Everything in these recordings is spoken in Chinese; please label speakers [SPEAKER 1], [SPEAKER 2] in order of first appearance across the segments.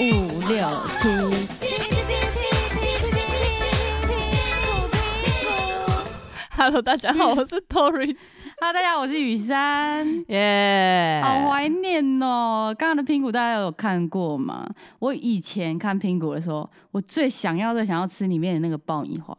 [SPEAKER 1] 五六七。
[SPEAKER 2] Hello，大 家好，我是 Doris，
[SPEAKER 1] Hello，大家好，我是雨珊。
[SPEAKER 2] 耶
[SPEAKER 1] 好怀念哦！刚刚的拼骨大家有看过吗？我以前看拼骨的时候，我最想要的想要吃里面的那个爆米花。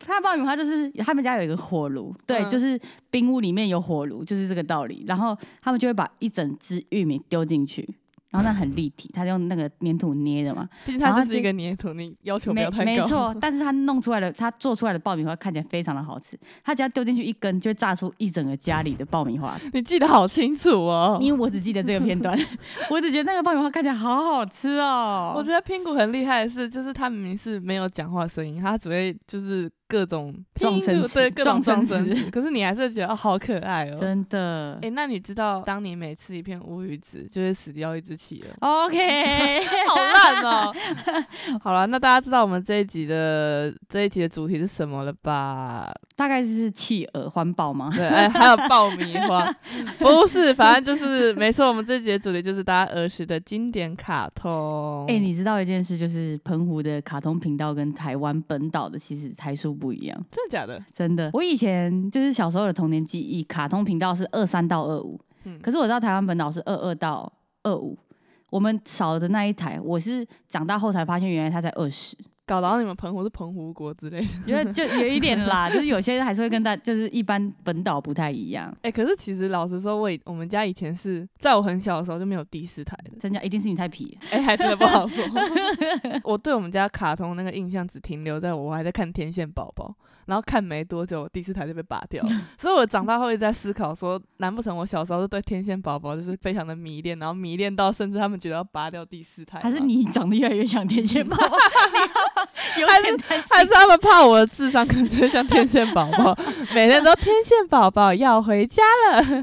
[SPEAKER 1] 它的爆米花就是他们家有一个火炉，对，
[SPEAKER 2] 嗯
[SPEAKER 1] 就是冰屋里面有火炉，就是这个道理。然后他们就会把一整只玉米丢进去，然后那很立体，它是用那个粘土捏的嘛，
[SPEAKER 2] 毕竟它就是一个粘土，你要求不
[SPEAKER 1] 没
[SPEAKER 2] 要太高。
[SPEAKER 1] 没 错。但是它弄出来的，它做出来的爆米花看起来非常的好吃，它只要丢进去一根，就会炸出一整个家里的爆米花。
[SPEAKER 2] 你记得好清楚哦。
[SPEAKER 1] 因为我只记得这个片 段，我只觉得那个爆米花看起来好好吃哦。
[SPEAKER 2] 我觉得苹果很厉害的是，就是它明明是没有讲话声音，它只会就是各种
[SPEAKER 1] 撞声
[SPEAKER 2] 苹果
[SPEAKER 1] 词
[SPEAKER 2] 对各种
[SPEAKER 1] 撞
[SPEAKER 2] 撞
[SPEAKER 1] 声
[SPEAKER 2] 声
[SPEAKER 1] 词
[SPEAKER 2] 词，可是你还是觉得、哦、好可爱哦。
[SPEAKER 1] 真的？
[SPEAKER 2] 哎、。那你知道当你每吃一片乌鱼子，就会死掉一只企鹅
[SPEAKER 1] OK，
[SPEAKER 2] 好烂 哦！好了，那大家知道我们这一集的这一集的主题是什么了吧？
[SPEAKER 1] 大概是企鹅环保吗？
[SPEAKER 2] 对，哎，还有爆米 花，不是，反正就是没错。我们这集的主题就是大家儿时的经典卡通。
[SPEAKER 1] 哎、你知道一件事，就是澎湖的卡通频道跟台湾本岛的其实台数不一样，
[SPEAKER 2] 真的假的？
[SPEAKER 1] 真的。我以前就是小时候的童年记忆，卡通频道是二三到二五，
[SPEAKER 2] 嗯
[SPEAKER 1] 可是我知道台湾本岛是二二到二五，我们少的那一台，我是长大后才发现原来它才二十。
[SPEAKER 2] 搞到你们澎湖是澎湖国之类的。
[SPEAKER 1] 觉得就有一点啦，就是有些还是会跟大，就是一般本岛不太一样。
[SPEAKER 2] 哎、可是其实老实说，我以我们家以前是在我很小的时候就没有第四台的。
[SPEAKER 1] 真假一定是你太皮，
[SPEAKER 2] 哎、还真的不好 说。我对我们家卡通那个印象只停留在我还在看《天线宝宝》，然后看没多久，我第四台就被拔掉 了。所以我长大后一直在思考说，难不成我小时候就对《天线宝宝》就是非常的迷恋，然后迷恋到甚至他们觉得要拔掉第四台吗？
[SPEAKER 1] 还是你长得越来越像天线 宝宝？你要有点担心
[SPEAKER 2] 还是他们怕我的智商可能就像天线宝 宝，每天都天线宝宝要回家。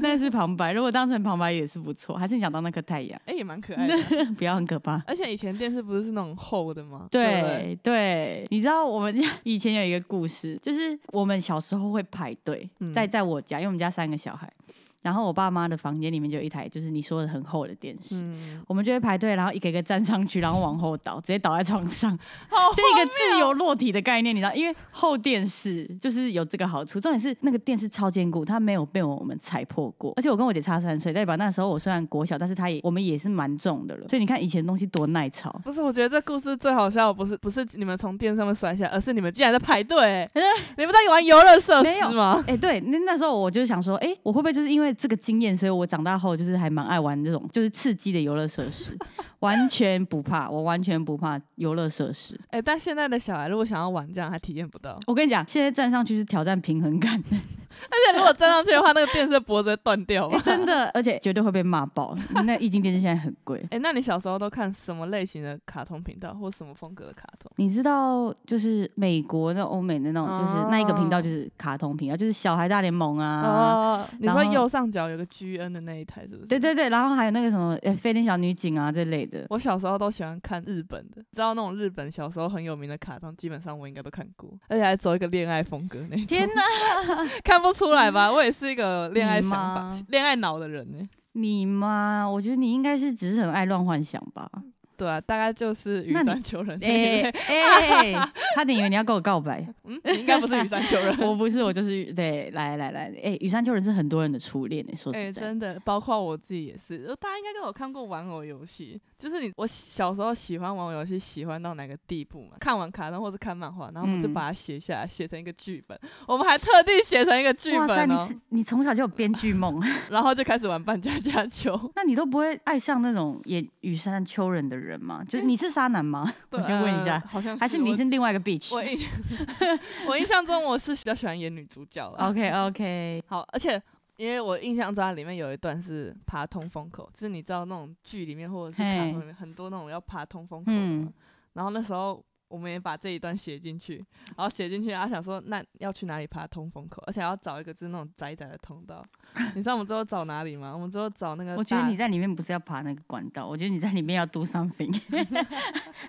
[SPEAKER 1] 那是旁白，如果当成旁白也是不错。还是你想当那颗太阳，
[SPEAKER 2] 哎、也蛮 可爱的。
[SPEAKER 1] 不要很可怕。
[SPEAKER 2] 而且以前电视不是是那种厚的吗？对不对，
[SPEAKER 1] 对对，你知道我们家 以前有一个故事，就是我们小时候会排队，
[SPEAKER 2] 嗯
[SPEAKER 1] 在在我家，因为我们家三个小孩，然后我爸妈的房间里面就有一台，就是你说的很厚的电视，
[SPEAKER 2] 嗯，
[SPEAKER 1] 我们就会排队，然后一个一个站上去，然后往后倒，直接倒在床上，
[SPEAKER 2] 好
[SPEAKER 1] 就一个自由落体的概念，你知道？因为厚电视就是有这个好处，重点是那个电视超坚固，它没有被我们踩破过。而且我跟我姐差三岁，代表那时候我虽然国小，但是她也我们也是蛮重的了。所以你看以前的东西多耐 操。
[SPEAKER 2] 不是，我觉得这故事最好笑，不是不是你们从电视上面摔下来，而是你们竟然在排队、
[SPEAKER 1] 哎
[SPEAKER 2] 你们在玩游乐设
[SPEAKER 1] 没有
[SPEAKER 2] 施吗？
[SPEAKER 1] 哎、对，那那时候我就是想说，哎、我会不会就是因为这个经验，所以我长大后就是还蛮爱玩这种就是刺激的游乐设施， 完全不怕，我完全不怕游乐设施。
[SPEAKER 2] 哎、但现在的小孩如果想要玩这样，他体验 不到。
[SPEAKER 1] 我跟你讲，现在站上去是挑战平衡感，
[SPEAKER 2] 而且如果站上去的话，那个电视的脖子会断掉吧
[SPEAKER 1] 哎，？ 真的，而且绝对会被骂爆。那液晶电视现在很贵，
[SPEAKER 2] 哎、那你小时候都看什么类型的卡通频道，或什么风格的卡通？
[SPEAKER 1] 你知道，就是美国那欧美的那种，就是那一个频道就是卡通频道，就是小孩大联盟啊，
[SPEAKER 2] 哦，你
[SPEAKER 1] 然
[SPEAKER 2] 说
[SPEAKER 1] 后
[SPEAKER 2] 右上角有个 G N 的那一台是不是？
[SPEAKER 1] 对。对对，然后还有那个什么呃飞天小女警啊这类的。
[SPEAKER 2] 我小时候都喜欢看日本的，知道那种日本小时候很有名的卡通，基本上我应该都看过，而且还走一个恋爱风格那种。
[SPEAKER 1] 天哪，
[SPEAKER 2] 看不出来吧？我也是一个恋爱
[SPEAKER 1] 你
[SPEAKER 2] 想
[SPEAKER 1] 吗
[SPEAKER 2] 法、恋爱脑的人呢、
[SPEAKER 1] 你吗？我觉得你应该是只是很爱乱幻想吧。
[SPEAKER 2] 对啊，大概就是羽
[SPEAKER 1] 那你
[SPEAKER 2] 山求 人那一
[SPEAKER 1] 哎
[SPEAKER 2] 类。
[SPEAKER 1] 哎，哎差点以为你要跟我告白，
[SPEAKER 2] 嗯，你应该不是羽山求人。
[SPEAKER 1] 我不是，我 就是对，来来来，哎，羽山丘人是很多人的初恋诶，说
[SPEAKER 2] 哎、
[SPEAKER 1] 实在，
[SPEAKER 2] 真的，包括我自己也是。呃大家应该都有看过玩偶游戏，就是你我小时候喜欢玩偶游戏，喜欢到哪个地步嘛？看完卡通或是看漫画，然后我们就
[SPEAKER 1] 嗯
[SPEAKER 2] 把它写下来，写成一个剧本。我们还特地写成一个剧
[SPEAKER 1] 哇塞，
[SPEAKER 2] 本
[SPEAKER 1] 你
[SPEAKER 2] 哦，
[SPEAKER 1] 是你从小就有编剧梦，
[SPEAKER 2] 然后就开始玩扮家家酒。
[SPEAKER 1] 那你都不会爱上那种演羽山丘人的人吗？就是你是沙男吗？我
[SPEAKER 2] 对
[SPEAKER 1] 先问一下
[SPEAKER 2] 呃，好像
[SPEAKER 1] 还是
[SPEAKER 2] 我
[SPEAKER 1] 你是另外一个 beach？
[SPEAKER 2] 我印 我印象中我是比较喜欢演女主角啦。
[SPEAKER 1] OK OK，
[SPEAKER 2] 好，而且因为我印象中它里面有一段是爬通风口，就是你知道那种剧里面或者是卡
[SPEAKER 1] 嘿
[SPEAKER 2] 通里面很多那种要爬通风口的嘛
[SPEAKER 1] 嗯，
[SPEAKER 2] 然后那时候。我们也把这一段写进去，然后写进去，然后想说那要去哪里爬通风口，而且要找一个就是那种窄窄的通 道。你知道我们最后找哪里吗？我们最后找那个大，
[SPEAKER 1] 我觉得你在里面不是要爬那个管道，我觉得你在里面要 do something，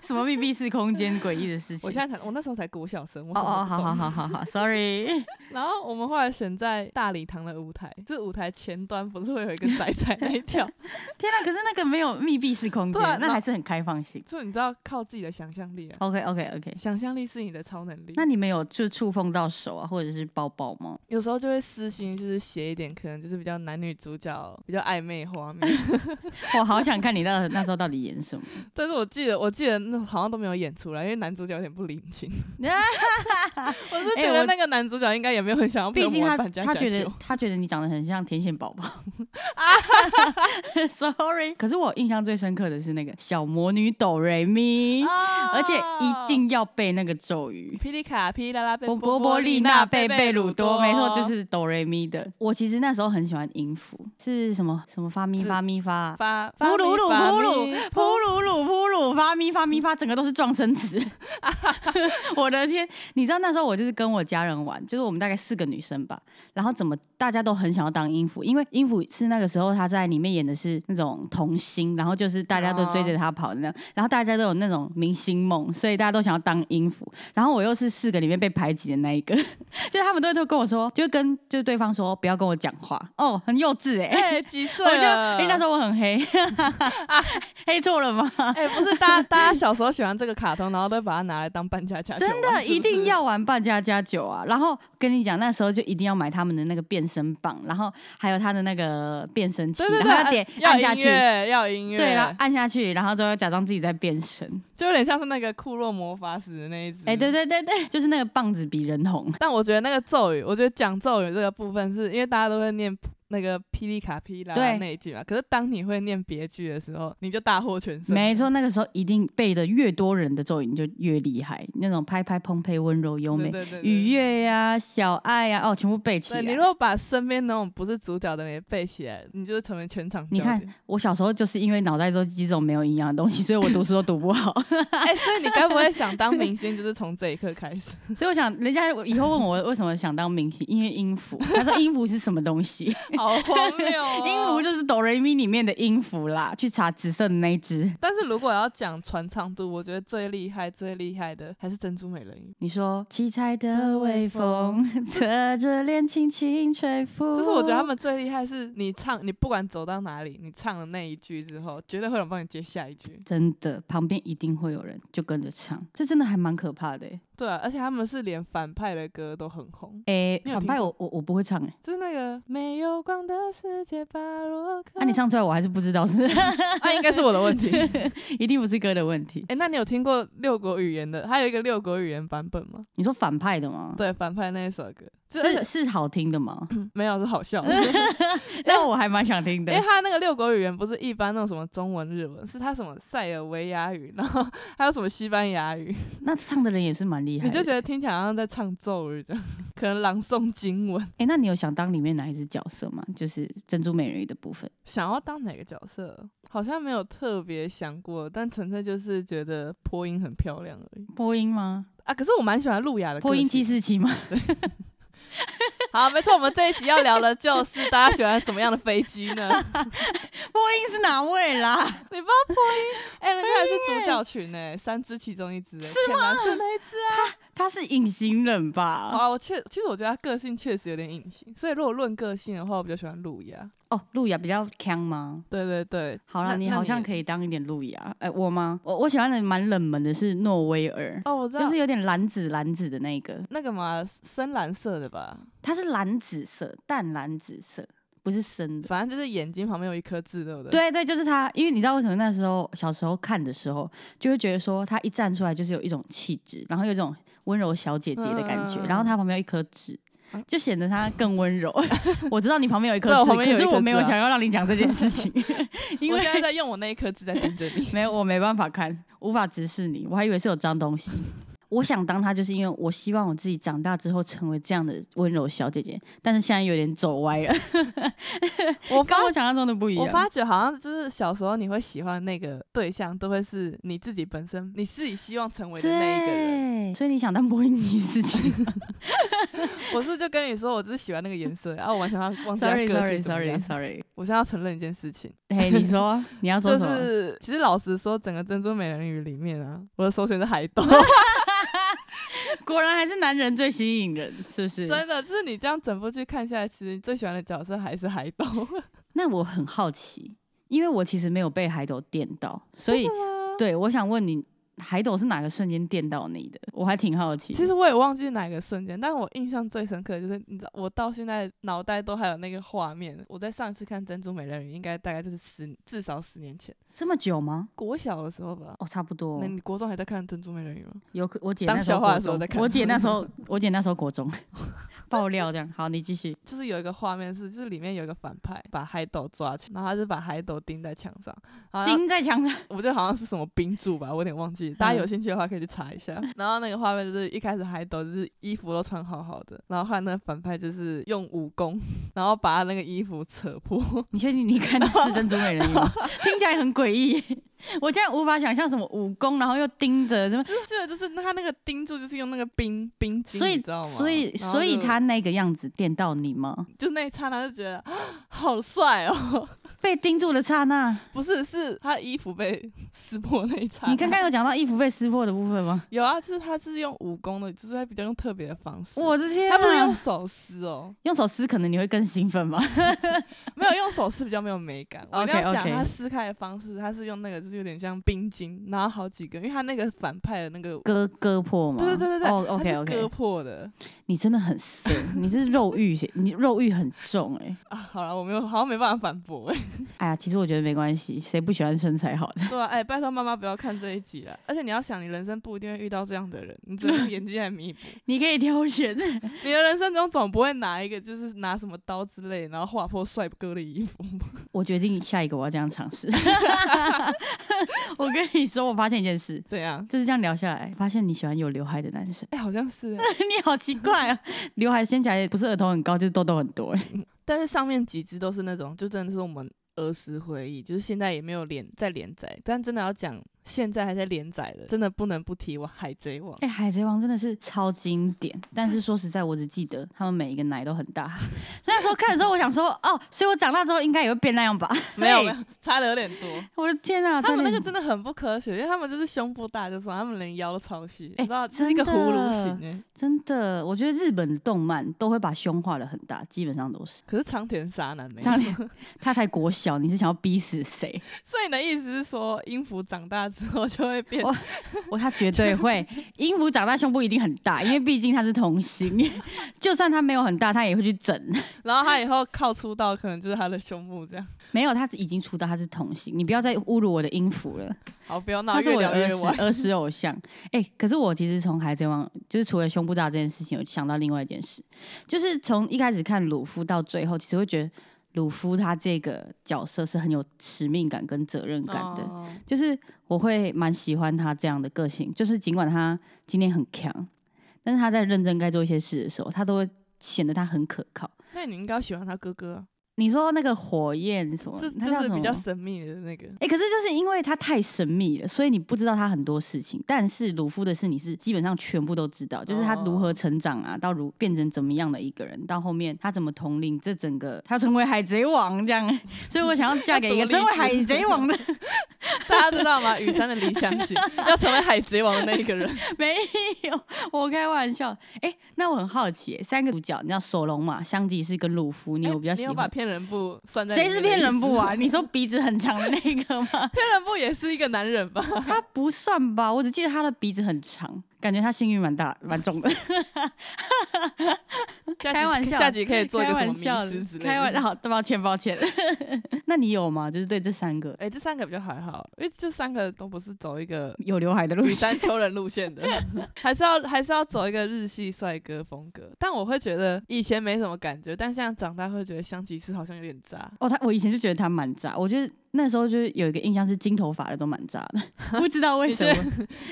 [SPEAKER 1] 什么密闭式空间诡异的事情。
[SPEAKER 2] 我现在才，我那时候才国小生，我
[SPEAKER 1] 哦
[SPEAKER 2] 什么
[SPEAKER 1] 哦，
[SPEAKER 2] 都不
[SPEAKER 1] 好
[SPEAKER 2] 懂。
[SPEAKER 1] 好好好好，sorry，
[SPEAKER 2] 然后我们后来选在大礼堂的舞台，就是舞台前端不是会有一个 窄窄那一条，
[SPEAKER 1] 天哪、可是那个没有密闭式空间，
[SPEAKER 2] 对啊
[SPEAKER 1] 那
[SPEAKER 2] 那
[SPEAKER 1] 还是很开放性。
[SPEAKER 2] 就你知道靠自己的想象力啊，
[SPEAKER 1] OK OK OK，
[SPEAKER 2] 想象力是你的超能力。
[SPEAKER 1] 那你们有就触碰到手啊，或者是包包吗？
[SPEAKER 2] 有时候就会私心，就是写一点可能就是比较男女主角比较暧昧的画 面，
[SPEAKER 1] 我好想看你那那时候到底演 什么。
[SPEAKER 2] 但是我记得我记得那好像都没有演出来，因为男主角有点不领情。 我是觉
[SPEAKER 1] 哎
[SPEAKER 2] 得
[SPEAKER 1] 我
[SPEAKER 2] 那个男主角应该也没有很想要 陪
[SPEAKER 1] 毕
[SPEAKER 2] 我
[SPEAKER 1] 竟
[SPEAKER 2] 们
[SPEAKER 1] 他
[SPEAKER 2] 扮家
[SPEAKER 1] 他
[SPEAKER 2] 家
[SPEAKER 1] 觉得
[SPEAKER 2] 酒
[SPEAKER 1] 他觉得你长得很像天线宝宝
[SPEAKER 2] 啊
[SPEAKER 1] ，sorry。可是我印象最深刻的是那个小魔女哆瑞咪，
[SPEAKER 2] 啊
[SPEAKER 1] 而且一定要背那个咒语。
[SPEAKER 2] 霹雳卡霹雳拉拉贝
[SPEAKER 1] 波波波
[SPEAKER 2] 波
[SPEAKER 1] 丽
[SPEAKER 2] 丽
[SPEAKER 1] 娜贝
[SPEAKER 2] 贝
[SPEAKER 1] 贝鲁
[SPEAKER 2] 鲁
[SPEAKER 1] 多，没错，就是哆瑞咪的。我其实那时候很喜欢音符，是什么什么发咪
[SPEAKER 2] 是
[SPEAKER 1] 发咪发，
[SPEAKER 2] 发
[SPEAKER 1] 噗鲁鲁噗鲁
[SPEAKER 2] 噜
[SPEAKER 1] 噗鲁鲁噗鲁发咪发咪发，整个都是撞声词。 我的天！你知道那时候我就是跟我家人玩，就是我们大概四个女生吧，然后怎么大家都很想要当音符，因为音符是那个时候他在里面演的是那种童星，然后就是大家都追着他跑的那样，然后大家都有那种明星梦，所以大家都想要当音符。然后我又是四个里面被排挤的那一个， 就是他们都会都跟我说，就跟就是对方说不要跟我讲话哦，很幼稚哎、
[SPEAKER 2] 哎几岁
[SPEAKER 1] 我就
[SPEAKER 2] 了？
[SPEAKER 1] 因为那时候我很黑，
[SPEAKER 2] 啊
[SPEAKER 1] 黑错了吗？
[SPEAKER 2] 哎不是大家大家小时候喜欢这个卡通，然后都会把它拿来当扮家家酒
[SPEAKER 1] 真
[SPEAKER 2] 玩，
[SPEAKER 1] 的
[SPEAKER 2] 是不
[SPEAKER 1] 一定
[SPEAKER 2] 是
[SPEAKER 1] 要玩扮家家酒啊！然后跟你讲，那时候就一定要买他们的那个变声棒，然后还有他的那个变声器，
[SPEAKER 2] 对对
[SPEAKER 1] 然
[SPEAKER 2] 对，
[SPEAKER 1] 后要
[SPEAKER 2] 按
[SPEAKER 1] 点按
[SPEAKER 2] 要
[SPEAKER 1] 下
[SPEAKER 2] 音
[SPEAKER 1] 去，
[SPEAKER 2] 乐要音乐，
[SPEAKER 1] 对，然后按下去，然后之后假装自己在变声。
[SPEAKER 2] 就有点像是那个库洛魔法使的那一只。
[SPEAKER 1] 哎、对。对对对，就是那个棒子比人红。
[SPEAKER 2] 但我觉得那个咒语，我觉得讲咒语这个部分是因为大家都会念那个霹雳卡霹雳拉
[SPEAKER 1] 对
[SPEAKER 2] 那一句嘛，可是当你会念别句的时候，你就大获全胜。
[SPEAKER 1] 没错，那个时候一定背的越多人的咒语，你就越厉害。那种拍拍砰呸温柔优
[SPEAKER 2] 对，
[SPEAKER 1] 美
[SPEAKER 2] 对。对对
[SPEAKER 1] 愉。悦呀、小爱呀、哦，全部背起来。
[SPEAKER 2] 对对你如果把身边那种不是主角的人也背起来，你就是成为全场
[SPEAKER 1] 你
[SPEAKER 2] 焦点
[SPEAKER 1] 看，我小时候就是因为脑袋都记这种没有营养的东西，所以我读书都读不好。
[SPEAKER 2] 哎、所以你该不会想当明星，就是从这一刻开 始？
[SPEAKER 1] 所以我想，人家以后问我为什么想当明星，因为音符。他说音符是什么东西？
[SPEAKER 2] 好荒谬、哦！
[SPEAKER 1] 音符就是哆瑞咪里面的音符啦。去查紫色的那一只。
[SPEAKER 2] 但是如果要讲传唱度，我觉得最厉害、最厉害的还是珍珠美人鱼。
[SPEAKER 1] 你说七彩的微风，侧着脸轻轻吹拂。
[SPEAKER 2] 就是我觉得他们最厉害是你唱，你不管走到哪里，你唱了那一句之后，绝对会有人帮你接下一句。
[SPEAKER 1] 真的旁边一定会有人就跟着唱，这真的还蛮可怕的欸、
[SPEAKER 2] 对啊，而且他们是连反派的歌都很红，
[SPEAKER 1] 诶、
[SPEAKER 2] 你有
[SPEAKER 1] 反
[SPEAKER 2] 听
[SPEAKER 1] 派
[SPEAKER 2] 过嗯
[SPEAKER 1] 我我我不会唱哎、
[SPEAKER 2] 就是那个没有光的世界巴洛克。
[SPEAKER 1] 那、啊你唱出来我还是不知道是，
[SPEAKER 2] 啊，应该是我的问题。 哎、
[SPEAKER 1] 一定不是歌的问题。
[SPEAKER 2] 那你有听过六国语言的？还有一个六国语言版本 吗？
[SPEAKER 1] 你说反派的吗？
[SPEAKER 2] 对，反派那一首歌，就是
[SPEAKER 1] 是是好听的吗？
[SPEAKER 2] 没有是好 笑的。
[SPEAKER 1] 那我还蛮想听的
[SPEAKER 2] 因为。他那个六国语言不是一般那种什么中文、日文，是他什么塞尔维亚语，然后还有什么西班牙语，
[SPEAKER 1] 那唱的人也是蛮厉害
[SPEAKER 2] 你
[SPEAKER 1] 的。
[SPEAKER 2] 就觉得听起来好像在唱咒语这样，可能朗诵经文。
[SPEAKER 1] 哎、那你有想当里面哪一只角色吗？就是珍珠美人鱼的部分。
[SPEAKER 2] 想要当哪个角色，好像没有特别想过，但纯粹就是觉得波音很漂亮而已
[SPEAKER 1] 波音吗？
[SPEAKER 2] 啊。可是我蛮喜欢路亚的个性
[SPEAKER 1] 波音七四 七吗？
[SPEAKER 2] 好，没错，我们这一集要聊的就是大家喜欢什么样的飞机 呢？
[SPEAKER 1] 波音是哪位啦？
[SPEAKER 2] 你不知道波音，哎、人家还是主角群哎、三只其中一只、是吗？是那一只啊。
[SPEAKER 1] 他是隐形人
[SPEAKER 2] 好
[SPEAKER 1] 吧？
[SPEAKER 2] 啊，我确其实我觉得他个性确实有点隐形，所以如果论个性的话，我比较喜欢路亚。
[SPEAKER 1] 哦，路亚比较强吗？
[SPEAKER 2] 对对对，
[SPEAKER 1] 好啦，
[SPEAKER 2] 那
[SPEAKER 1] 你
[SPEAKER 2] 那
[SPEAKER 1] 好像
[SPEAKER 2] 你
[SPEAKER 1] 可以当一点路亚。哎、我吗？我我喜欢的蛮冷门的是诺威尔，
[SPEAKER 2] 哦，我知道、
[SPEAKER 1] 就是有点蓝紫蓝紫的那个，
[SPEAKER 2] 那个嘛，深蓝色的吧，
[SPEAKER 1] 它是蓝紫色，淡蓝紫色，不是深的。
[SPEAKER 2] 反正就是眼睛旁边有一颗痣，对不对？，
[SPEAKER 1] 对对，就是他，因为你知道为什么那时候小时候看的时候，就会觉得说他一站出来就是有一种气质，然后有一种温柔小姐姐的感觉，
[SPEAKER 2] 嗯
[SPEAKER 1] 然后他旁边有一颗痣
[SPEAKER 2] 啊。
[SPEAKER 1] 就显得他更温柔。 我知道你旁边有一颗
[SPEAKER 2] 对我
[SPEAKER 1] 痣，
[SPEAKER 2] 旁边
[SPEAKER 1] 可
[SPEAKER 2] 有一
[SPEAKER 1] 是
[SPEAKER 2] 颗
[SPEAKER 1] 我没有
[SPEAKER 2] 痣啊
[SPEAKER 1] 想要让你讲这件事 情，因
[SPEAKER 2] 我
[SPEAKER 1] 为。
[SPEAKER 2] 现在在用我那一颗痣在盯着你
[SPEAKER 1] 没有我没办法看，无法直视你，我还以为是有脏东西。 我想当她，就是因为我希望我自己长大之后成为这样的温柔小姐姐，但是现在有点走歪了，
[SPEAKER 2] 我发
[SPEAKER 1] 跟我想象中的不一样。
[SPEAKER 2] 我发觉好像就是小时候你会喜欢那个对象，都会是你自己本身，你自己希望成为的那一个
[SPEAKER 1] 对，
[SPEAKER 2] 人。
[SPEAKER 1] 所以你想当波音尼 斯基
[SPEAKER 2] 我是就跟你说，我只是喜欢那个颜色，然后我完全忘忘记 他个性怎么样。
[SPEAKER 1] ？Sorry，Sorry，Sorry，Sorry。
[SPEAKER 2] 我现在要承认一件事情，
[SPEAKER 1] 嘿，哎你说你要说
[SPEAKER 2] 就
[SPEAKER 1] 什么？
[SPEAKER 2] 是其实老实说，整个《珍珠美人鱼》里面啊，我的首选是 海斗，
[SPEAKER 1] 果然还是男人最吸引人，是不是？
[SPEAKER 2] 真的，就是你这样整部剧看下来，其实你最喜欢的角色还是海 斗。
[SPEAKER 1] 那我很好奇，因为我其实没有被海斗电到，所以 对我想问你，海斗是哪个瞬间电到你的？我还挺好奇。
[SPEAKER 2] 其实我也忘记哪个瞬间，但是我印象最深刻的就是，你知道，我到现在脑袋都还有那个画面。我在上一次看《珍珠美人鱼》，应该大概就是十，至少十年前，
[SPEAKER 1] 这么久吗？
[SPEAKER 2] 国小的时候吧。
[SPEAKER 1] 哦，差不多
[SPEAKER 2] 那。你国中还在看《珍珠美人鱼》吗？
[SPEAKER 1] 有可我姐
[SPEAKER 2] 当
[SPEAKER 1] 那时候
[SPEAKER 2] 笑话
[SPEAKER 1] 国
[SPEAKER 2] 的时候
[SPEAKER 1] 中
[SPEAKER 2] 在看
[SPEAKER 1] 我姐那时候，我姐那时候国中 爆料这样。好，你继续。
[SPEAKER 2] 就是有一个画面是，就是里面有一个反派把海斗抓去，然后他是把海斗钉在墙上，然后他
[SPEAKER 1] 钉在墙上，
[SPEAKER 2] 我记得好像是什么冰柱吧，我有点忘记，大
[SPEAKER 1] 嗯
[SPEAKER 2] 家有兴趣的话可以去查 一下。然后那个画面就是一开始海斗就是衣服都穿好好的，然后后来那个反派就是用武功， 然后把他那个衣服扯破，
[SPEAKER 1] 你确定你看的是《珍珠美人鱼》吗？听起来很诡异， 我现在无法想象什么武功，然后又盯着 什么。
[SPEAKER 2] 就是这个就是那他那个钉柱就是用那个冰冰晶，
[SPEAKER 1] 所以
[SPEAKER 2] 你知道，吗？
[SPEAKER 1] 所以，
[SPEAKER 2] 然后
[SPEAKER 1] 所以
[SPEAKER 2] 就
[SPEAKER 1] 他那个样子电到你吗？
[SPEAKER 2] 就那一刹那就觉得啊好帅哦，
[SPEAKER 1] 被盯住的刹那，
[SPEAKER 2] 不是是他衣服被 撕破那一刹那。
[SPEAKER 1] 你刚刚有讲到衣服被撕破的部分吗？
[SPEAKER 2] 有啊，就是他是用武功的，就是他比较用特别的方式。
[SPEAKER 1] 我的天、啊，
[SPEAKER 2] 他不是用手撕哦，
[SPEAKER 1] 用手撕，可能你会更兴奋吗？
[SPEAKER 2] 没有用手撕比较没有美感。我一定
[SPEAKER 1] OK，
[SPEAKER 2] 要讲
[SPEAKER 1] OK
[SPEAKER 2] 他撕开的方式，他是用那个就是有点像冰晶，然后好几个，因为他那个反派的那个，
[SPEAKER 1] 割割破吗？
[SPEAKER 2] 对对对对对，
[SPEAKER 1] 哦
[SPEAKER 2] 他
[SPEAKER 1] ，OK
[SPEAKER 2] 是割
[SPEAKER 1] OK，
[SPEAKER 2] 破的
[SPEAKER 1] 你真的很色，你这是肉欲型，你肉欲很重哎、
[SPEAKER 2] 啊。好了，我没有，好像没办法反驳哎、
[SPEAKER 1] 哎呀，其实我觉得没关系，谁不喜欢身材好的？
[SPEAKER 2] 对啊，哎、拜托妈妈不要看这一集了。而且你要想，你人生不一定会遇到这样的人，你只能用演技来弥补。
[SPEAKER 1] 你可以挑选。
[SPEAKER 2] 你的人生中总不会拿一个就是拿什么刀之类，然后划破帅哥的衣服。
[SPEAKER 1] 我决定下一个我要这样尝 试。我跟你说，我发现一件事，
[SPEAKER 2] 怎样？
[SPEAKER 1] 就是这样聊下来，发现你喜欢有刘海的男生。
[SPEAKER 2] 哎、好像是、哎。
[SPEAKER 1] 你好奇怪啊，刘海掀起来不是额头很高，就是痘痘很多、欸。
[SPEAKER 2] 但是上面几只都是那种，就真的是我们儿时回忆，就是现在也没有连在连载，但真的要讲现在还在连载的，真的不能不提《我海贼 王》
[SPEAKER 1] 哎、海贼王真的是超经典，但是说实在，我只记得他们每一个奶都很大。 那时候看的时候，我想说，哦，所以我长大之后应该也会变那样吧？
[SPEAKER 2] 没有
[SPEAKER 1] 嘿
[SPEAKER 2] 没有，差的有点多。
[SPEAKER 1] 我的天啊，
[SPEAKER 2] 他们那个
[SPEAKER 1] 真
[SPEAKER 2] 真的很不科学，因为他们就是胸部大就算，他们连腰都超细，
[SPEAKER 1] 哎
[SPEAKER 2] 你知道，这是一个
[SPEAKER 1] 真
[SPEAKER 2] 葫
[SPEAKER 1] 的
[SPEAKER 2] 芦形哎。
[SPEAKER 1] 真的，我觉得日本的动漫都会把胸画的很大，基本上都是。
[SPEAKER 2] 可是长田沙男没有，
[SPEAKER 1] 张脸， 他才国小，你是想要逼死谁？
[SPEAKER 2] 所以你的意思是说，音符长大之后就会变
[SPEAKER 1] 我我他绝对会。音符长大胸部一定很大，因为毕竟他是童星， 就算他没有很大，他也会去整。
[SPEAKER 2] 然后他以后靠出道，可能就是他的胸部这样。
[SPEAKER 1] 没有，他已经出道，他是童星，你不要再侮辱我的音符了。
[SPEAKER 2] 好，不要闹，
[SPEAKER 1] 他是
[SPEAKER 2] 越
[SPEAKER 1] 我的
[SPEAKER 2] 聊
[SPEAKER 1] 儿
[SPEAKER 2] 越歪。
[SPEAKER 1] 时儿时偶像。哎、可是我其实从《海贼王》就是除了胸部大这件事情，有想到另外一件事，就是从一开始看鲁夫到最后，其实会觉得鲁夫他这个角色是很有使命感跟责任感的。
[SPEAKER 2] 哦
[SPEAKER 1] 就是我会蛮喜欢他这样的个性，就是尽管他今天很强，但是他在认真该做一些事的时候，他都会显得他很可靠。
[SPEAKER 2] 那你应该喜欢他哥哥啊。
[SPEAKER 1] 你说那个火焰什么
[SPEAKER 2] 这，
[SPEAKER 1] 哦他叫
[SPEAKER 2] 就
[SPEAKER 1] 什
[SPEAKER 2] 是
[SPEAKER 1] 么
[SPEAKER 2] 比？较神秘的那个。
[SPEAKER 1] 哎、可是就是因为他太神秘了，所以你不知道他很多事情。但是鲁夫的事，你是基本上全部都知道，就是他
[SPEAKER 2] 哦
[SPEAKER 1] 如何成长啊，到如变成怎么样的一个人，到后面他怎么统领这整个，他成为海贼王这样。 所以我想要嫁给一个
[SPEAKER 2] 他多
[SPEAKER 1] 成
[SPEAKER 2] 励
[SPEAKER 1] 为
[SPEAKER 2] 志
[SPEAKER 1] 海贼王的，
[SPEAKER 2] 大家知道吗？雨 山的理想型要成为海贼王的那一个 人，
[SPEAKER 1] 没有，我开玩笑。哎、那我很好奇、三个主角，你知道索隆嘛、香吉士跟鲁夫，你有 比较
[SPEAKER 2] 哎
[SPEAKER 1] 喜
[SPEAKER 2] 有把
[SPEAKER 1] 欢？
[SPEAKER 2] 骗人部算在里
[SPEAKER 1] 谁
[SPEAKER 2] 面的
[SPEAKER 1] 是骗人部啊？
[SPEAKER 2] 意思吗？
[SPEAKER 1] 你说鼻子很长的那个吗
[SPEAKER 2] 骗人部也是一个男人 吧？
[SPEAKER 1] 他不算吧？我只记得他的鼻子很长，感觉他幸运蛮大蛮重的。
[SPEAKER 2] 下集
[SPEAKER 1] 开玩笑
[SPEAKER 2] 下集可以 做一
[SPEAKER 1] 开
[SPEAKER 2] 个什
[SPEAKER 1] 玩
[SPEAKER 2] 么
[SPEAKER 1] 笑
[SPEAKER 2] 迷
[SPEAKER 1] 的
[SPEAKER 2] 思之，类的。
[SPEAKER 1] 开玩笑，好抱歉抱歉。 那你有吗？就是对这三个
[SPEAKER 2] 哎，这三个比较还好，因为这三个都不是走一个
[SPEAKER 1] 有刘海的路
[SPEAKER 2] 雨
[SPEAKER 1] 线，
[SPEAKER 2] 山秋人路线的， 还是要还是要走一个日系帅哥风格。但我会觉得以前没什么感觉，但现在长大会觉得香吉士好像有点渣。
[SPEAKER 1] 哦，他我以前就觉得他蛮渣，我觉得那时候就是有一个印象是金头发的都蛮渣的，不知道为什么。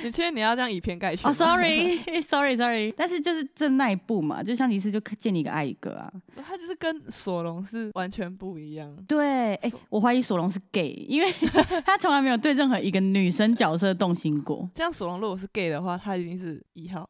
[SPEAKER 2] 你确定你要这样以偏概全吗？
[SPEAKER 1] 哦、s o r r y s o r r y s o r r y 但是就是正那一步嘛，就像迪斯就见你一个爱一个啊。
[SPEAKER 2] 他就是跟索隆是完全不一样。
[SPEAKER 1] 对，哎、
[SPEAKER 2] 索
[SPEAKER 1] 我怀疑索隆是 gay，因为 他从来没有对任何一个女生角色动心过。
[SPEAKER 2] 这样索隆如果是 gay 的话，他一定是一号。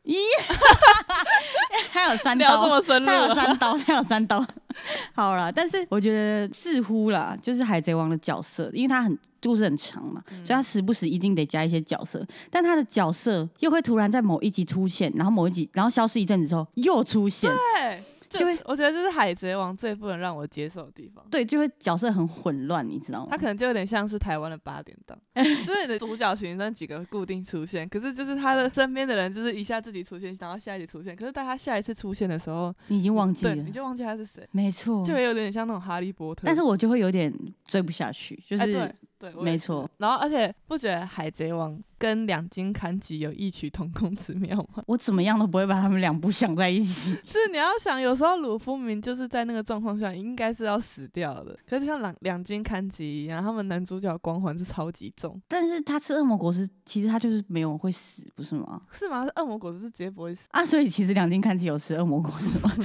[SPEAKER 1] 他有 三
[SPEAKER 2] 聊这
[SPEAKER 1] 刀，
[SPEAKER 2] 么深入啊
[SPEAKER 1] 他有
[SPEAKER 2] 了，
[SPEAKER 1] 三刀，他有三刀。 好啦，但是我觉得似乎啦，就是海贼王的角色，因为他很故事很长嘛，
[SPEAKER 2] 嗯
[SPEAKER 1] 所以他时不时一定得加一些角色，但他的角色又会突然在某一集出现，然后某一集然后消失一阵子之后又出现，
[SPEAKER 2] 啊对，
[SPEAKER 1] 就
[SPEAKER 2] 就
[SPEAKER 1] 会
[SPEAKER 2] 我觉得这是海贼王最不能让我接受的地方。
[SPEAKER 1] 对，就会角色很混乱，你知道吗？
[SPEAKER 2] 他可能就有点像是台湾的八点 档，就是你的主角群那几个固定出现，可是就是他的身边的人就是一下自己出现，然后下一集出现，可是当他下一次出现的时候，
[SPEAKER 1] 你已经忘记
[SPEAKER 2] 对，
[SPEAKER 1] 了
[SPEAKER 2] 你，就忘记他是谁，
[SPEAKER 1] 没错。
[SPEAKER 2] 就有点像那种哈利波特。
[SPEAKER 1] 但是我就会有点追不下去，就
[SPEAKER 2] 哎，
[SPEAKER 1] 是、
[SPEAKER 2] 对对，我也
[SPEAKER 1] 没
[SPEAKER 2] 是。
[SPEAKER 1] 错，
[SPEAKER 2] 然后而且不觉得《海贼王》跟《两金砍戟》有异曲同工之妙吗？
[SPEAKER 1] 我怎么样都不会把他们两部想在一起。
[SPEAKER 2] 是你要想，有时候鲁夫明明就是在那个状况下应该是要死掉的，可是就像两两金砍戟一样，他们男主角光环是超级重，
[SPEAKER 1] 但是他吃恶魔果实，其实他就是没有会死，不是吗？
[SPEAKER 2] 是吗？恶魔果实是直接不会死。
[SPEAKER 1] 啊，所以其实两金看起有吃恶魔果实吗？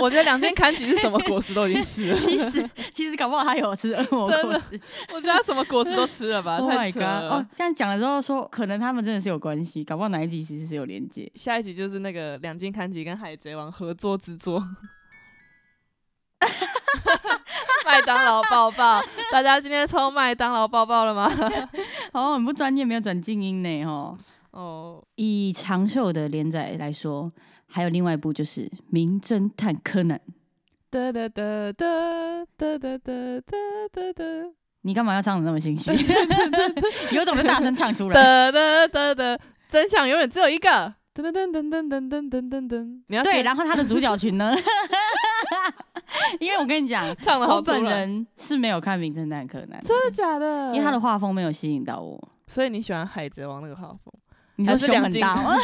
[SPEAKER 2] 我觉得两金砍戟是什么果实都已经吃了，
[SPEAKER 1] 其 实其实搞不好他有吃恶魔
[SPEAKER 2] 真
[SPEAKER 1] 果
[SPEAKER 2] 的
[SPEAKER 1] 实。
[SPEAKER 2] 我觉得他什么果实都吃了吧
[SPEAKER 1] Oh
[SPEAKER 2] 太
[SPEAKER 1] my
[SPEAKER 2] 扯
[SPEAKER 1] god！
[SPEAKER 2] 了。
[SPEAKER 1] 哦，这样讲的时候说，可能他们真的是有关系，搞不好哪一集其实是有连接。
[SPEAKER 2] 下一集就是那个两金砍戟跟海贼王合作之作。 麦当劳抱抱，大家今天抽麦当劳抱抱了吗？
[SPEAKER 1] 哦，很不专业，没有转静音呢，哦。
[SPEAKER 2] 哦，
[SPEAKER 1] 以长袖的连载来说，还有另外一部就是《名侦探柯南》。
[SPEAKER 2] 哒哒哒哒哒哒哒哒哒哒。
[SPEAKER 1] 你干嘛要唱的那么心虚？有种就大声唱出来。
[SPEAKER 2] 哒哒哒哒，真相永远只有一个。噔噔噔噔噔噔噔噔噔，你要
[SPEAKER 1] 对，
[SPEAKER 2] 接
[SPEAKER 1] 然后他的主角群呢？ 因为我跟你 讲，
[SPEAKER 2] 唱的好
[SPEAKER 1] 我
[SPEAKER 2] 突然
[SPEAKER 1] 本人是没有看《名侦探柯南》，
[SPEAKER 2] 真的假的？
[SPEAKER 1] 因为他的，画风没有吸引到我。
[SPEAKER 2] 所以你喜欢海贼王那个画风，
[SPEAKER 1] 你
[SPEAKER 2] 还
[SPEAKER 1] 说
[SPEAKER 2] 是
[SPEAKER 1] 胸
[SPEAKER 2] 两
[SPEAKER 1] 很
[SPEAKER 2] 金
[SPEAKER 1] 大哦，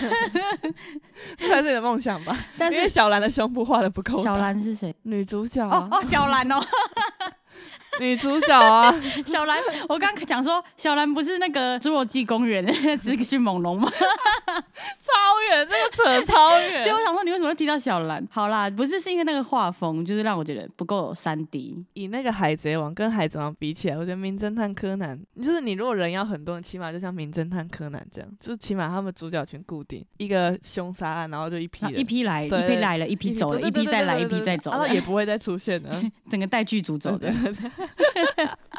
[SPEAKER 2] 这才是你的梦想吧？
[SPEAKER 1] 但
[SPEAKER 2] 因为
[SPEAKER 1] 是
[SPEAKER 2] 小兰的胸部画的不够大，
[SPEAKER 1] 小兰是谁？
[SPEAKER 2] 女主角啊
[SPEAKER 1] 哦哦， 小兰哦，
[SPEAKER 2] 女主角啊，
[SPEAKER 1] 小兰，我刚讲说小兰不是那个侏罗纪公园 只迅猛龙吗？
[SPEAKER 2] 超远，这个扯超
[SPEAKER 1] 所以
[SPEAKER 2] 远。
[SPEAKER 1] 我想说你为什么会提到小兰？好啦，不是是因为那个画风，就是让我觉得不够三 D。
[SPEAKER 2] 以那个海贼王跟海贼王比起来，我觉得名侦探柯南就是你如果人要很多，你起码就像名侦探柯南这样，就是起码他们主角群固定，一个凶杀案，然后就一批
[SPEAKER 1] 然后
[SPEAKER 2] 人，
[SPEAKER 1] 啊一批来，一
[SPEAKER 2] 对
[SPEAKER 1] 批来了，一批走了，
[SPEAKER 2] 对
[SPEAKER 1] 一
[SPEAKER 2] 对
[SPEAKER 1] 批
[SPEAKER 2] 对
[SPEAKER 1] 再来，
[SPEAKER 2] 对
[SPEAKER 1] 一
[SPEAKER 2] 对啊对
[SPEAKER 1] 批再走
[SPEAKER 2] 然后
[SPEAKER 1] 了，
[SPEAKER 2] 也不会再出现 的。
[SPEAKER 1] 整个带剧组走的
[SPEAKER 2] 对。对对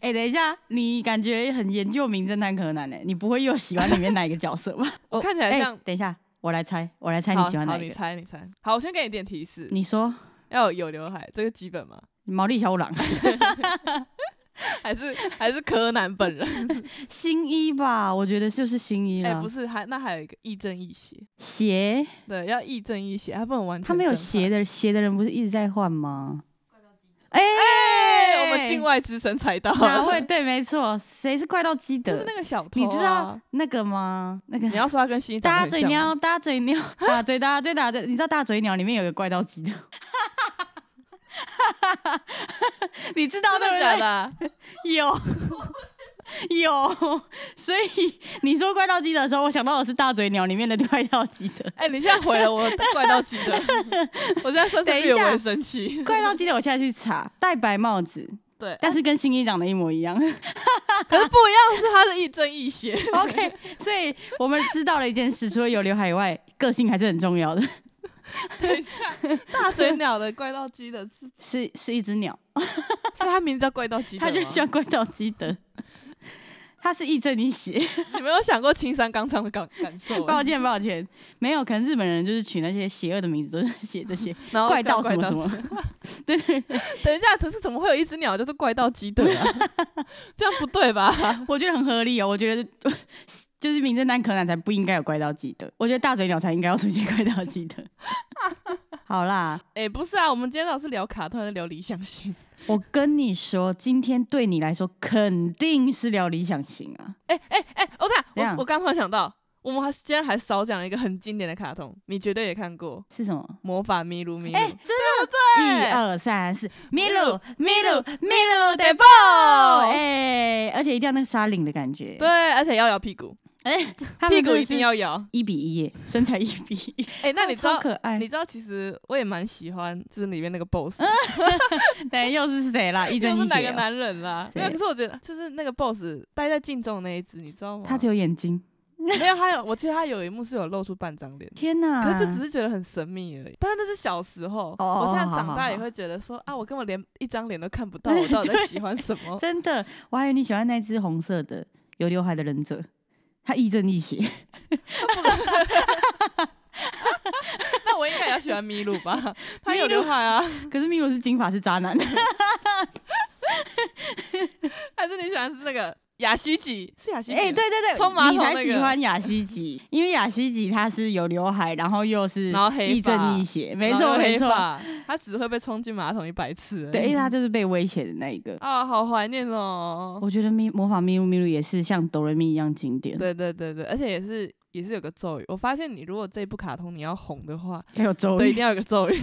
[SPEAKER 1] 哎、等一下，你感觉很研究《名侦探柯南》呢？你不会又喜欢里面哪一个角 色吧？
[SPEAKER 2] 我看起来
[SPEAKER 1] 哎
[SPEAKER 2] 像。
[SPEAKER 1] 等一下，我来猜，我来猜你
[SPEAKER 2] 好
[SPEAKER 1] 喜欢
[SPEAKER 2] 好，
[SPEAKER 1] 哪
[SPEAKER 2] 你
[SPEAKER 1] 一个？
[SPEAKER 2] 猜，你猜。好，我先给你点提示，
[SPEAKER 1] 你说
[SPEAKER 2] 要有有刘海，这个基本嘛，
[SPEAKER 1] 毛利小五郎
[SPEAKER 2] 还是还是柯南本人？
[SPEAKER 1] 新一吧？我觉得就是新一
[SPEAKER 2] 哎、
[SPEAKER 1] 了。
[SPEAKER 2] 不是，还那还有一个亦正亦邪，
[SPEAKER 1] 鞋，
[SPEAKER 2] 对，要亦正亦邪，他不能完全。
[SPEAKER 1] 他没有鞋。的鞋的人不是一直在换吗？哎、
[SPEAKER 2] 哎、我们境外之神猜到
[SPEAKER 1] 哪
[SPEAKER 2] 了，
[SPEAKER 1] 位？对，没错，谁是怪盗基德？
[SPEAKER 2] 就是那个啊小偷、
[SPEAKER 1] 你知道？那个吗？那个
[SPEAKER 2] 你要说他跟新一长得
[SPEAKER 1] 大
[SPEAKER 2] 很
[SPEAKER 1] 嘴
[SPEAKER 2] 像吗
[SPEAKER 1] 鸟，大嘴鸟， 大嘴大嘴大嘴，你知道大嘴鸟里面有个怪盗基德， 你知道对
[SPEAKER 2] 真的
[SPEAKER 1] 不
[SPEAKER 2] 假
[SPEAKER 1] 对？
[SPEAKER 2] 的啊？
[SPEAKER 1] 有 有，所以你说怪盗基德的时候，我想到的是大嘴鸟里面的怪盗基德。
[SPEAKER 2] 哎、你现在毁了我的怪盗基德，我现在算是
[SPEAKER 1] 等一
[SPEAKER 2] 略
[SPEAKER 1] 下
[SPEAKER 2] 微生气。
[SPEAKER 1] 怪盗基德，我现在去查，戴白帽子，
[SPEAKER 2] 对，
[SPEAKER 1] 但是跟新一长得一模一样。
[SPEAKER 2] 可是不一样，是他是亦正亦邪。
[SPEAKER 1] OK，所以我们知道了一件事，除了有刘海以外，个性还是很重要的。
[SPEAKER 2] 等一下，大嘴鸟的怪盗基德是，
[SPEAKER 1] 是是一只鸟，
[SPEAKER 2] 所以他名字叫怪盗基德
[SPEAKER 1] 它
[SPEAKER 2] 吗。
[SPEAKER 1] 就是叫怪盗基德，它是亦正亦邪。
[SPEAKER 2] 你没有想过青山刚昌的感感受、哎
[SPEAKER 1] 抱歉，抱歉，没有，可能日本人就是取那些邪恶的名字，都是写这 些
[SPEAKER 2] 然后
[SPEAKER 1] 怪
[SPEAKER 2] 叫
[SPEAKER 1] 盗什么什么。
[SPEAKER 2] 等一下，可是怎么会有一只鸟就是怪盗基德 啊？这样不对吧？
[SPEAKER 1] 我觉得很合理哦。我觉得就是名侦探柯南才不应该有怪盗基德，我觉得大嘴鸟才应该要出现怪盗基德。 好啦，
[SPEAKER 2] 哎、不是啊，我们今天老是聊卡通，还是聊理想型。
[SPEAKER 1] 我跟你说，今天对你来说肯定是聊理想型啊。
[SPEAKER 2] 哎哎哎，我看
[SPEAKER 1] 怎样
[SPEAKER 2] 我我刚突然想到，我们还今天还少讲了一个很经典的卡通，你绝对也看过《
[SPEAKER 1] 是什么？
[SPEAKER 2] 魔法咪噜咪噜》
[SPEAKER 1] 哎、真的
[SPEAKER 2] 嗯对
[SPEAKER 1] 一二三四，米露米露米
[SPEAKER 2] 米
[SPEAKER 1] 露得爆！哎、而且一定要那个沙领的感觉，，
[SPEAKER 2] 对，而且要摇屁股，
[SPEAKER 1] 哎、他
[SPEAKER 2] 屁
[SPEAKER 1] 们
[SPEAKER 2] 股
[SPEAKER 1] 真
[SPEAKER 2] 一
[SPEAKER 1] 的
[SPEAKER 2] 定
[SPEAKER 1] 是
[SPEAKER 2] 要摇。
[SPEAKER 1] 一比一耶，身材一比一，
[SPEAKER 2] 哎、 那你知
[SPEAKER 1] 超
[SPEAKER 2] 道？
[SPEAKER 1] 可爱
[SPEAKER 2] 你。知道，其实我也蛮喜欢，就是里面那个 boss，、
[SPEAKER 1] 等又是谁 啦？一
[SPEAKER 2] 就
[SPEAKER 1] 针
[SPEAKER 2] 是
[SPEAKER 1] 一
[SPEAKER 2] 哪
[SPEAKER 1] 血
[SPEAKER 2] 个
[SPEAKER 1] 哦、
[SPEAKER 2] 男人啦？
[SPEAKER 1] 对
[SPEAKER 2] 没有，可是我觉得就是那个 boss 待在镜中的那一只，你知道吗？
[SPEAKER 1] 他只有眼睛，
[SPEAKER 2] 没有，还有，我记得他有一幕是有露出半张脸，
[SPEAKER 1] 天哪！
[SPEAKER 2] 可是就只是觉得很神秘而已。但是那是小时候，
[SPEAKER 1] 嗯哦
[SPEAKER 2] 我现在
[SPEAKER 1] 好
[SPEAKER 2] 长
[SPEAKER 1] 好
[SPEAKER 2] 大也
[SPEAKER 1] 好
[SPEAKER 2] 会觉得说啊，我根本连一张脸都 看不到，我到底在喜欢什么？
[SPEAKER 1] 真的，我还以为你喜欢那只红色的有刘海的忍者，他亦正亦邪。
[SPEAKER 2] 那 我应该也要喜欢麋鹿吧？他有
[SPEAKER 1] 麋鹿
[SPEAKER 2] 刘海啊，
[SPEAKER 1] 可是米露是金发是渣男，
[SPEAKER 2] 还是你喜欢是那个雅西吉？是雅西吉吗？
[SPEAKER 1] 哎、对对对，
[SPEAKER 2] 冲马桶
[SPEAKER 1] 你才
[SPEAKER 2] 那个
[SPEAKER 1] 喜欢雅西吉，因为雅西吉他是有刘海，然后又是
[SPEAKER 2] 然后黑
[SPEAKER 1] 亦
[SPEAKER 2] 发
[SPEAKER 1] 正亦邪，没
[SPEAKER 2] 然后
[SPEAKER 1] 错
[SPEAKER 2] 又黑
[SPEAKER 1] 没错，
[SPEAKER 2] 发，他只会被冲进马桶一百次而已。
[SPEAKER 1] 对，因为他就是被威胁的那一个。
[SPEAKER 2] 啊，好怀念哦。
[SPEAKER 1] 我觉得咪模仿咪露咪露也是像哆瑞咪一样经典，
[SPEAKER 2] 对对对对，而且也是也是有个咒语。我发现你如果这一部卡通你要红的话，
[SPEAKER 1] 还有周
[SPEAKER 2] 对，一
[SPEAKER 1] 瑜。
[SPEAKER 2] 定要有个咒语。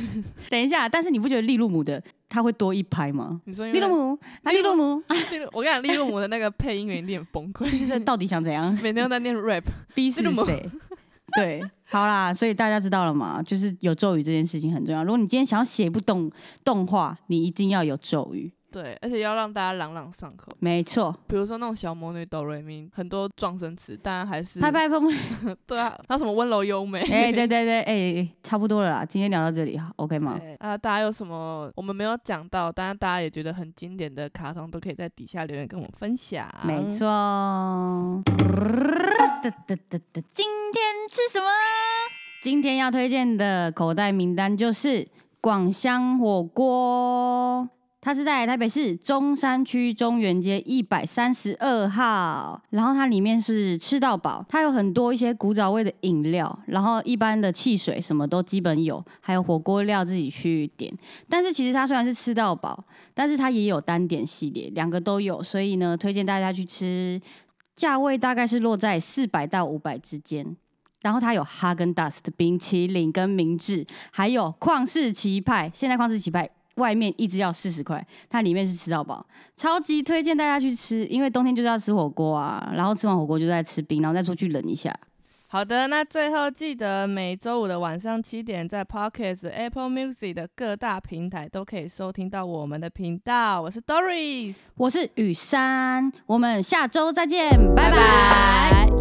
[SPEAKER 1] 等一下，但是你不觉得利露姆的他会多一拍吗？
[SPEAKER 2] 你说因为
[SPEAKER 1] 利露姆，那利露姆，
[SPEAKER 2] 嗯利路我跟你讲，利路姆的那个配音员一定很崩溃，
[SPEAKER 1] 这到底想怎 样？
[SPEAKER 2] 每天都在念 rap。
[SPEAKER 1] 逼死
[SPEAKER 2] 利路姆
[SPEAKER 1] 谁？对，好啦，所以大家知道了嘛，就是有咒语这件事情很重要。如果你今天想要写一部动动画，你一定要有咒语。
[SPEAKER 2] 对，而且要让大家朗朗上口。
[SPEAKER 1] 没错，
[SPEAKER 2] 比如说那种小魔女哆瑞咪，很多撞声词，但还是
[SPEAKER 1] 拍拍碰碰，
[SPEAKER 2] 对啊，然后什么温柔优美。
[SPEAKER 1] 哎、对对对，哎、差不多了啦，今天聊到这里哈，OK 吗？
[SPEAKER 2] 对啊，大家有什么我们没有讲到，但是大家也觉得很经典的卡通，都可以在底下留言跟我们分享。
[SPEAKER 1] 没错。今天吃什么？今天要推荐的口袋名单就是广香火锅，它是在台北市中山区中原街一百三十二号，然后它里面是吃到饱，它有很多一些古早味的饮料，然后一般的汽水什么都基本有，还有火锅料自己去点。但是其实它虽然是吃到饱，但是它也有单点系列，两个都有，所以呢，推荐大家去吃，价位大概是落在四百到五百之间。然后它有哈根达斯的冰淇淋跟明治，还有旷世奇派。现在旷世奇派外面一直要四十块，它里面是吃到饱，超级推荐大家去吃，因为冬天就是要吃火锅啊，然后吃完火锅就在吃冰，然后再出去冷一下。
[SPEAKER 2] 好的，那最后记得每周五的晚上七点，在 Pocket、Apple Music 的各大平台都可以收听到我们的频道。我是 Doris，
[SPEAKER 1] 我是雨珊，我们下周再见，拜
[SPEAKER 2] 拜
[SPEAKER 1] 拜
[SPEAKER 2] 拜